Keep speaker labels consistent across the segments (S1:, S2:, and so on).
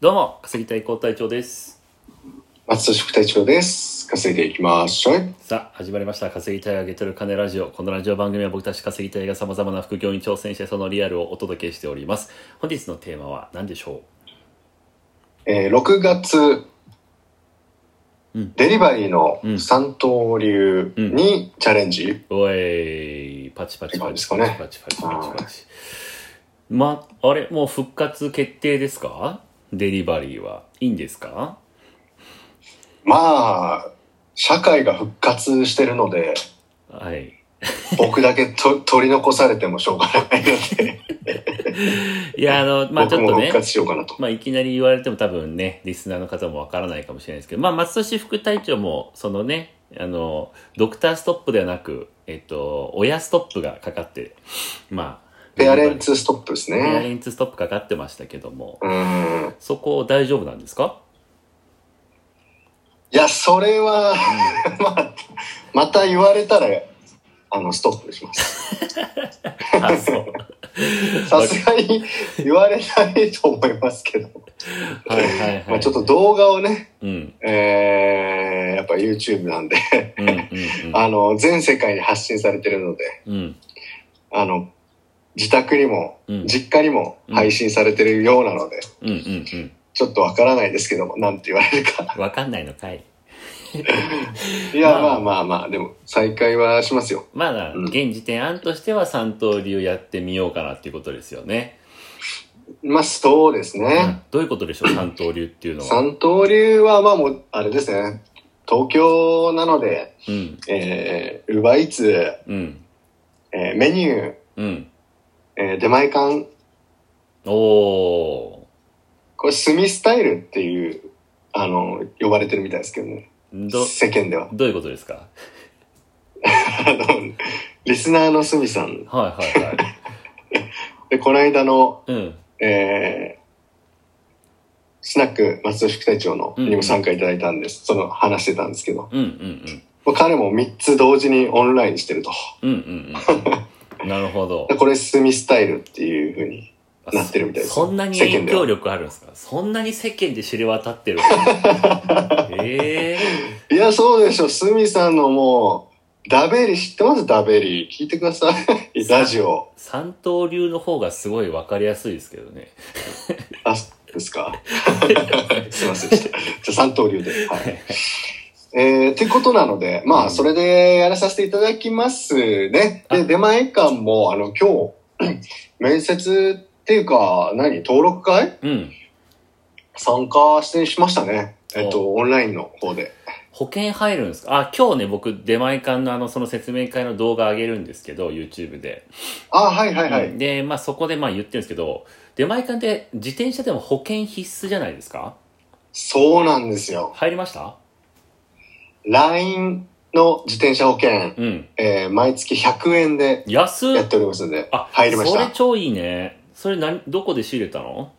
S1: どうも、稼ぎたい高隊長です。
S2: 松戸副隊長です。稼いでいきましょう。
S1: さあ、始まりました。稼ぎたいあげてる金ラジオ。このラジオ番組は僕たち稼ぎたいが様々な副業に挑戦してそのリアルをお届けしております。本日のテーマは何でしょ
S2: えー、6月、
S1: うん
S2: デリバリーの
S1: うん
S2: 三刀流にチャレンジ、
S1: うおい、パチパチパチパチパチパチパチパチ。ま、あれ、もう復活決定ですかデリバリーは。いいんですか
S2: まあ、社会が復活してるの で、
S1: はい。
S2: 僕だけと取り残されてもしょうがないので、
S1: いや、あの、 まあち
S2: 僕
S1: ょっ
S2: も
S1: と
S2: 復
S1: ね。
S2: 活しようかなと。
S1: まあ、いきなり言われても多分ね、リスナーの方もわからないかもしれないですけど、まあ、松戸副隊長も、そのね、あの、ドクターストップではなく、えっと、親ストップがかかって、まあ、
S2: ペアレンツストップです
S1: ペア
S2: ね。
S1: レンツストップかかってましたけども、
S2: うん。
S1: そこ大丈夫なんですか
S2: いや、それは、 まあ、また言われたら、あの、ストップ します。
S1: あ、そう。
S2: さすがに言われないと思いますけど。
S1: はいはいはい。
S2: まあ、ちょっと動画をね、
S1: うん、
S2: えーやっぱ YouTube なんで、
S1: うん、うん、
S2: あの、全世界に発信されてるので、
S1: うん。うん。
S2: あの、自宅にも、
S1: うん
S2: 実家にも配信されてるようなので、
S1: うん、うん、うん。
S2: ちょっとわからないですけども、なんて言われる か。
S1: わかんないのかい。
S2: いや、
S1: ま
S2: ま
S1: あ
S2: あまあまあ、でも、再開はしますよ。
S1: まだ、
S2: うん
S1: 現時点案としては三刀流やってみようかなっていうことですよね。
S2: まあ、そうですね。
S1: どういうことでしょう、三刀流っていうのは。
S2: 三刀流は、まあもう、あれですね。東京なので、
S1: うん、
S2: えー、ウーバーイーツ、
S1: うん、
S2: えーメニュー、
S1: うん。
S2: えー出前館、
S1: おお
S2: これ、スミスタイルっていう、あの、呼ばれてるみたいですけどね。
S1: ーど
S2: 世間では。
S1: どういうことですか
S2: あの、リスナーのスミさん。
S1: はいはいはい
S2: で、この間の、
S1: うん
S2: えー、スナック松戸副隊長の、
S1: うん
S2: にも参加いただいたんです。その話してたんですけど、
S1: うんうん
S2: まあ彼も3つ同時にオンラインしてると。
S1: うんうんうんうんなるほど
S2: でこれ、スミスタイルっていうふうに。なってるみたいです
S1: そんなに影響力あるんですかそんなに世間で知れ渡ってる ええ
S2: いや、そうでしょ。スミさんのもう、ダベリ知ってますダベリ聞いてください。ラジオ。
S1: 三刀流の方がすごいわかりやすいですけどね
S2: あ、そうですか。 すいませんでした。じゃあ、三刀流で。はい。えー、ってことなので、ま
S1: うん
S2: あ、それでやらさせていただきますね。
S1: あ
S2: で、出前館も、あの、今日、 面接っていうか、何登録会
S1: うん
S2: 参加してしましたね。えっと、オンラインの方で。
S1: 保険入るんですかあ今日ね僕出前館のあのその説明会の動画上げるんですけど YouTube で
S2: あ、はいはいはい。
S1: うんで、まあ、そこでまあ言ってるんですけど、出前館って自転車でも保険必須じゃないですか
S2: そうなんですよ。
S1: 入りました
S2: LINE の自転車保険、
S1: うん。
S2: えー、毎月100円で
S1: 安
S2: や
S1: っ
S2: っておりますんで、
S1: あ、
S2: 入りまし
S1: そ
S2: た。
S1: れ
S2: い
S1: 超いいね。それ何、どこで仕入れたの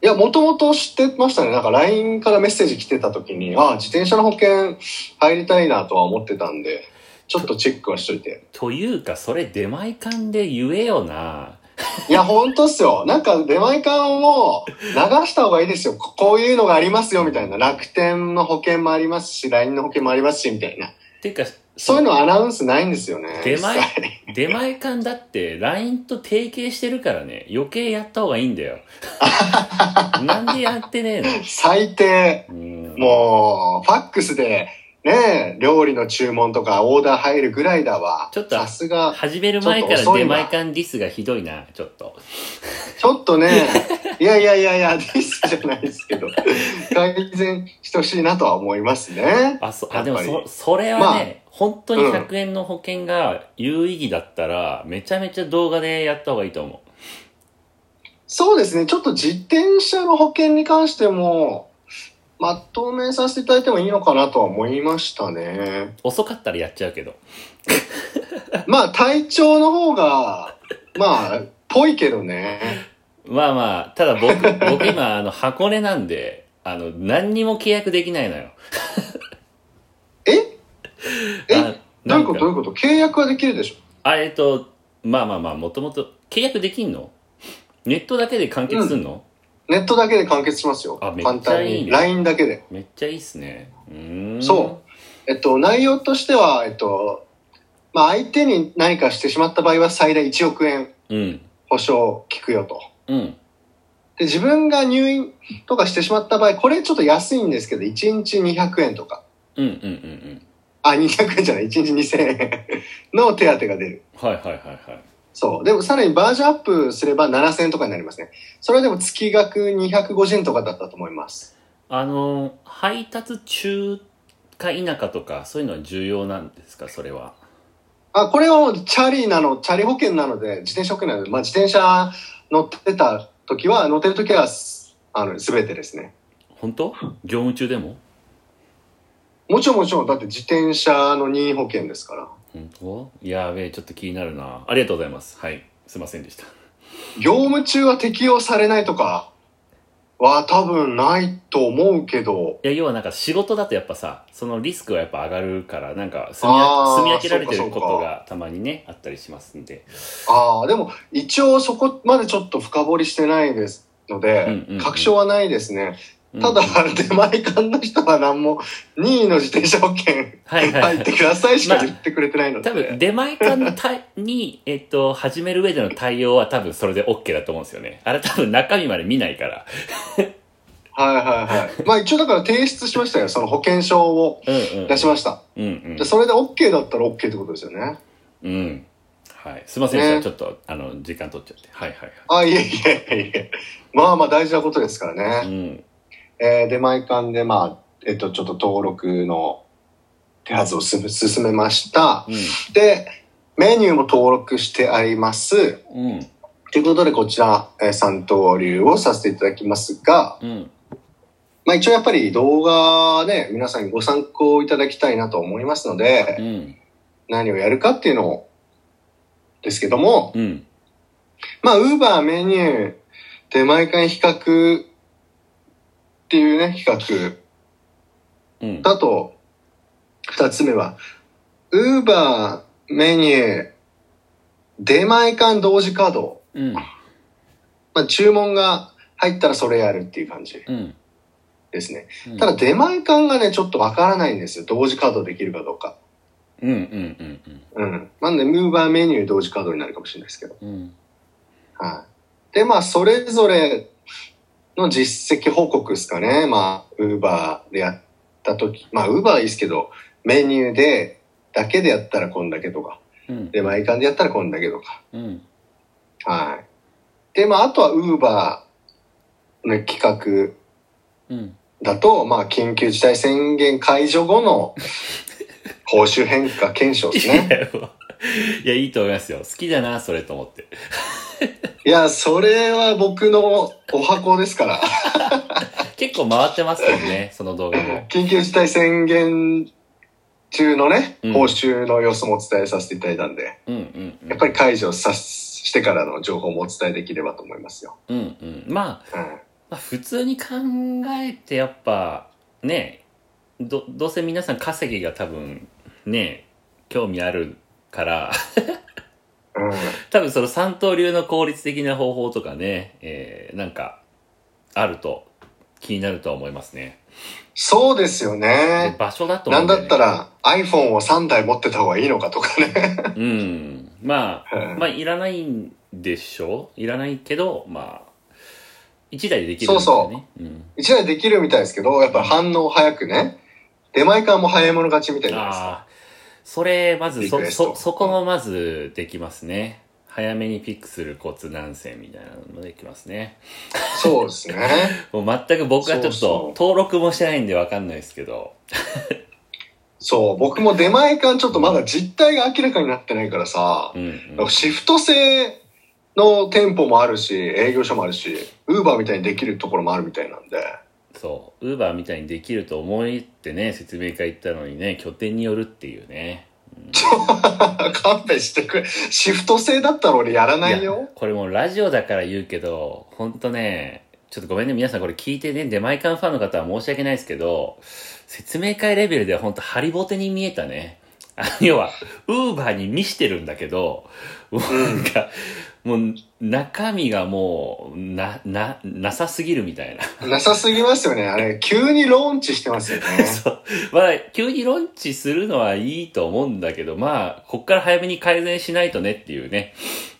S2: や、もともと知ってましたね。なんか LINE からメッセージ来てた時に、あ、自転車の保険入りたいなとは思ってたんで、ちょっとチェックはしといて。
S1: というか、それ出前館で言えよな。
S2: いや、ほんとっすよ。なんか、出前館をもう流した方がいいですよ。ここういうのがありますよ、みたいな。楽天の保険もありますし、LINE の保険もありますし、みたいな。
S1: ていうか、
S2: そういうのアナウンスないんですよね。
S1: 出前
S2: 実際
S1: 出前館だって LINE と提携してるからね、余計やった方がいいん だよ。なんでやってね
S2: 最低。
S1: えのうん
S2: もう、ファックスで、ね料理の注文とかオーダー入るぐらいだわ。
S1: ちょっと
S2: さすが。
S1: 始める前から
S2: ちょっと遅
S1: 出
S2: いな
S1: 前館ディスがひどいな、ちょっと。
S2: ちょっとね、いやいやいやいや、ディスじゃないですけど、改善してほしいなとは思いますね。
S1: あ、そ、
S2: や
S1: あ、
S2: っ
S1: でも
S2: ぱり
S1: そ、それはね、
S2: まあ
S1: 本当に
S2: うん
S1: 100円の保険が有意義だったら、めちゃめちゃ動画でやった方がいいと思
S2: そうですね、ちょっと自転車の保険に関しても、まとめさせていただいてもいいのかなとは思いましたね
S1: う。。遅かったらやっちゃうけど。
S2: まあ、体調の方が、まあ、ぽいけどね。
S1: まあまあ、ただ 僕、僕今、あの、箱根なんで、あの、何にも契約できないのよ。
S2: え
S1: あ
S2: えど
S1: な
S2: うい
S1: ん
S2: う
S1: か
S2: ことどういうこと契約はできるでしょ
S1: あ、えっと、まあまあまあ、もともと、契約できんのネットだけで完結すんの、
S2: ネットだけで完結しますよ。
S1: あめっちゃいいね
S2: 簡単に。LINE だけで。
S1: めっちゃいいっすねうーん
S2: そえっと、内容としては、えっと、まあ、相手に何かしてしまった場合は最大1億円
S1: ううん
S2: 保証聞くよと。
S1: うん
S2: で、自分が入院とかしてしまった場合、これちょっと安いんですけど、1日200円とか。
S1: うんうんうんうん
S2: あ、200円じゃない、1日2000円の手当が出る。
S1: はいはいはいはい
S2: そう。でもさらにバージョンアップすれば7000円とかになりますね。それはでも月額250円とかだったと思います。
S1: あの配達中か否かとかそういうのは重要なんですかそれは
S2: あ、これはもうチャリなの、チャリ保険なので、自転車保険なので、まあ自転車乗ってた時は、乗ってる時は、すあの、すべてですね。
S1: 本当業務中でも
S2: もちろんもちろん、だって自転車の任意保険ですから。
S1: 本当やべえちょっと気になるなありがとうございますはいすいませんでした
S2: 業務中は適用されないとかは多分ないと思うけど、
S1: いや要はなんか仕事だとやっぱさそのリスクはやっぱ上がるからなんか住み
S2: あー
S1: 住み分けられて
S2: そ
S1: る
S2: うかそ
S1: こ
S2: うか
S1: とがたまにねあったりしますんで
S2: ああ、でも一応そこまでちょっと深掘りしてないですので、
S1: うんうんうん
S2: 確証はないですね。ただ、
S1: うんは
S2: 出前館の人は何も任意の自転車保険
S1: いはい、は
S2: 入っ
S1: い
S2: て、くださいしか言ってくれてないので。
S1: 多分出前館の対に、えっと、始める上での対応は多分それで OK だと思うんですよねあれ多分中身まで見ないから
S2: はいはいはい。まあ一応だから提出しましたよ。その保険証を
S1: うんうん
S2: 出しました。
S1: うんうん
S2: でそれで OK だったら OK ってことですよね。
S1: うんはいすいませんでした、
S2: ね
S1: ちょっとあの時間取っちゃってはいはい
S2: あ、いえいえいえいえ。まあまあ大事なことですからね。
S1: はいうん
S2: えー、出前館で、まあ、えっと、ちょっと登録の手はずを進め進めました。で、メニューも登録してあります。
S1: うんうん
S2: ということで、こちら、えー、三刀流をさせていただきますが、
S1: うん
S2: まあ一応やっぱり動画ね、皆さんにご参考いただきたいなと思いますの
S1: う
S2: で、
S1: ん
S2: 何をやるかっていうのを、ですけども、
S1: うん
S2: まあ、ウーバーメニュー、出前館比較っていうね、比較。
S1: うん
S2: あと、二つ目は、ウーバーメニュー、出前館同時稼働。
S1: うん
S2: まあ、注文が入ったらそれやるっていう感じ
S1: うん
S2: ですね。
S1: うん
S2: ただ、出前館がね、ちょっとわからないんですよ。同時稼働できるかどうか。
S1: うんうんうんうん
S2: うん。なんで、ウーバーメニュー同時稼働になるかもしれないですけど。
S1: うん
S2: はい。で、まあ、それぞれの実績報告ですかね。まあ、ウーバーでやった時まあ、ウーバーいいですけど、メニューで、だけでやったらこんだけとか。
S1: うん
S2: で、毎ンでやったらこんだけとか。
S1: うん
S2: はい。で、まあ、あとは Uber の企画
S1: うん
S2: だと、まあ、緊急事態宣言解除後の報酬変化検証で すね。
S1: いやいいと思いますよ好きだなそれと思って
S2: いや、それは僕のお箱ですから。
S1: 結構回ってますもんねその動画も
S2: 緊急事態宣言中のね
S1: うん、
S2: 報酬の様子もお伝えさせていただいたんで、
S1: うんうんうん
S2: やっぱり解除さしてからの情報もお伝えできればと思いますよ。
S1: うんうんまあ
S2: うん
S1: まあ普通に考えてやっぱねどどうせ皆さん稼ぎが多分ね興味あるから
S2: うん
S1: 多分その三刀流の効率的な方法とかね、えー、なんかあると気になるとは思いますね
S2: そうですよね
S1: で。場所だと思
S2: な
S1: うんんだ
S2: だ
S1: よね
S2: ったら iPhone を3台持ってた方がいいのかとかね。
S1: うんまあ
S2: うん
S1: まあいらないんでしょいらないけどまあ一台でできる
S2: そうそ
S1: う
S2: う
S1: そう、うん、
S2: 一台できるみたいですけど、やっぱ反応早くね。出前館も早い者勝ちみたいじゃないですか。
S1: ああそれまず
S2: リ
S1: そ
S2: クエスト
S1: そそこもまずできますね早めにピックするコツ何選みたいなのもできますね
S2: そうですね。
S1: もう全く僕はちょっ
S2: そ
S1: と
S2: うそう
S1: 登録もしてないんでわかんないですけど
S2: そう、僕も出前館ちょっとまだ実態が明らかになってないからさ
S1: う、ん、うん、
S2: シフト制の店舗もあるし、営業所もあるし、ウーバーみたいにできるところもあるみたいなんで。
S1: そうウーバーみたいにできると思いってね説明会行ったのにね拠点によるっていうね
S2: 勘弁してくれ。シフト制だったら俺やらない
S1: いや
S2: よ。
S1: これもうラジオだから言うけどほんとねちょっとごめんね皆さんこれ聞いてね出前館ファンの方は申し訳ないですけど説明会レベルではほんとハリボテに見えたねあ要はウーバーに見してるんだけどもうなんかもう中身がもう、な、な、なさすぎるみたいな。
S2: なさすぎますよね。あれ、急にローンチしてますよ ね。
S1: そう。まあ、急にロンチするのはいいと思うんだけど、まあ、こっから早めに改善しないとねっていうね。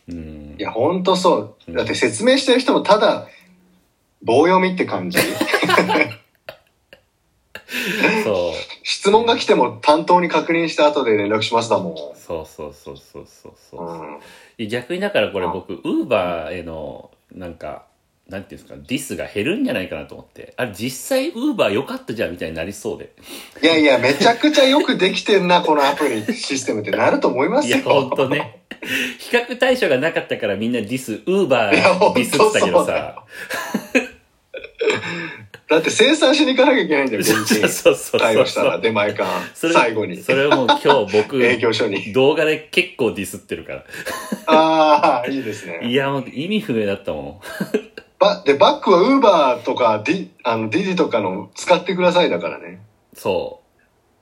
S1: うん
S2: い。や、ほんとそう。だって説明してる人もただ、棒読みって感じ。
S1: そう。
S2: 質問が来ても担当に確認した後で連絡しますだも
S1: そうそうそうそうそうそう。
S2: ん。うん。
S1: 逆にだからこれ僕ウーバーへのなんかなんていうんですかディスが減るんじゃないかなと思ってあれ実際ウーバー良かったじゃんみたいになりそうで
S2: いやいや、めちゃくちゃよくできてんな、このアプリ、システムってなると思います
S1: い
S2: よ。
S1: やほんとね比較対象がなかったからみんなディスウーバー
S2: いやほん
S1: デ
S2: と
S1: ィスってたけど
S2: そうだ
S1: さ
S2: だって生産しに行かなきゃいけないんだよ、現
S1: そう
S2: 地
S1: そうそう
S2: 対
S1: そ
S2: 応
S1: う
S2: したら、出前館、
S1: それ
S2: 最後に、
S1: それをもう今 日
S2: 営
S1: 僕
S2: 業所 に。
S1: 動画で結構ディスってるか
S2: ああ、いいですね
S1: ら。いやもう意味不明だったも
S2: ばで、バックはウーバーとか、ディ、あの、ディディとかの使ってくださいだからね。
S1: んそ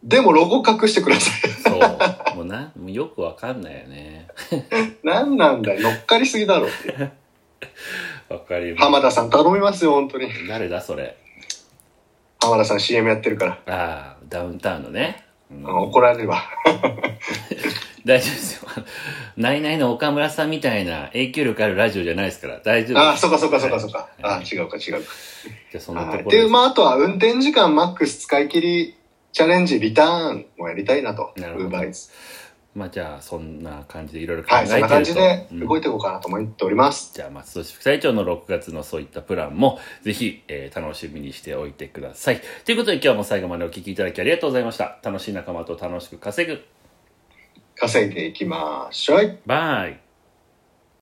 S2: でもロゴ隠してくださ
S1: うそうもうなもうよくわかんないよね
S2: い。なんなんだよ、乗っかりすぎだろって。
S1: わかります
S2: 浜田さん頼みますよ、本当に。
S1: 誰だそれ
S2: 浜田さん CM やってるから。
S1: ああダウンタウンのね、うん
S2: あ怒られるわ。
S1: 大丈夫ですよないないの岡村さんみたいな影響力あるラジオじゃないですから大丈夫
S2: ああ、そっかそっかそっかそっか。あ
S1: は
S2: あ、
S1: い
S2: 違うか違うか。
S1: じゃあそんなとこ
S2: はい
S1: ろ
S2: で、
S1: で
S2: まあ、あとは運転時間マックス使い切りチャレンジリターンもやりたいなと。ウ
S1: なるほど
S2: ーバーイーツ。
S1: まあじゃあそんな感じでいろいろ考
S2: は
S1: え
S2: い、
S1: て
S2: そ
S1: る
S2: ん
S1: と、
S2: な感じで
S1: うん
S2: 動いていこうかなと思っております。
S1: じゃあ松戸市副隊長の6月のそういったプランもぜひ、えー楽しみにしておいてくださいということで今日も最後までお聞きいただきありがとうございました楽しい仲間と楽しく稼ぐ
S2: 稼いでいきましょう。
S1: バイ